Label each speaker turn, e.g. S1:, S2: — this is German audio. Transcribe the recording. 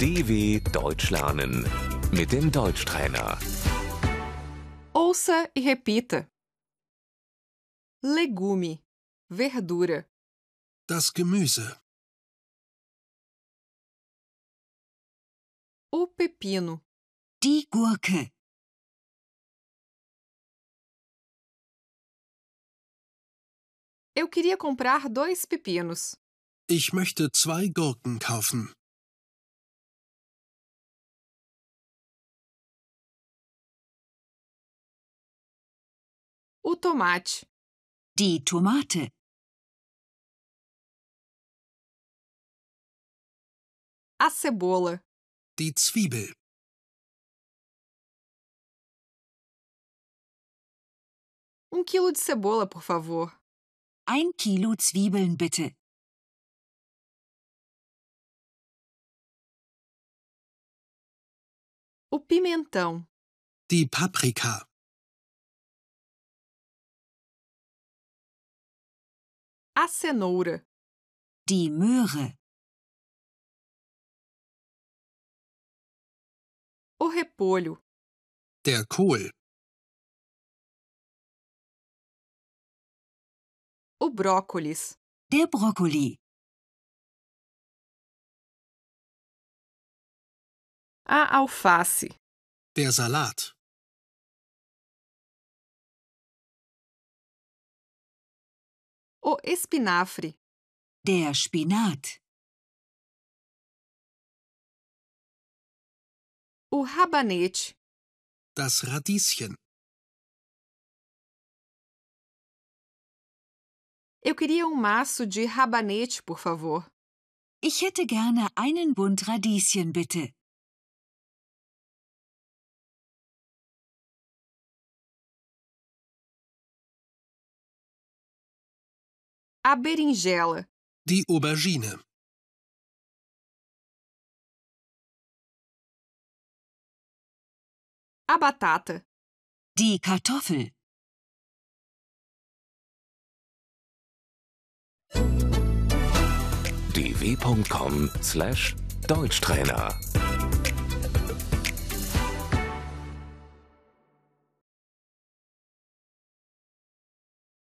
S1: DW Deutsch lernen mit dem Deutschtrainer.
S2: Ouça e repita: legume, verdura,
S3: Das Gemüse.
S2: o pepino,
S4: Die Gurke.
S2: eu queria comprar dois pepinos,
S3: Ich möchte zwei Gurken kaufen.
S2: o tomate,
S4: Die Tomate.
S2: a cebola,
S3: Die Zwiebel.
S2: um quilo de cebola, por favor,
S4: Ein Kilo Zwiebeln bitte.
S2: o pimentão,
S3: Die Paprika.
S2: a cenoura,
S4: Die Möhre.
S2: o repolho,
S3: Der Kohl.
S2: o brócolis,
S4: Der Brokkoli.
S2: a alface,
S3: Der Salat.
S2: o espinafre,
S4: Der Spinat.
S2: o rabanete,
S3: Das Radieschen.
S2: eu queria um maço de rabanete, por favor,
S4: Ich hätte gerne einen Bund Radieschen bitte.
S2: a berinjela,
S3: Die Aubergine.
S2: a batata,
S4: Die Kartoffel.
S1: dw.com/deutschtrainer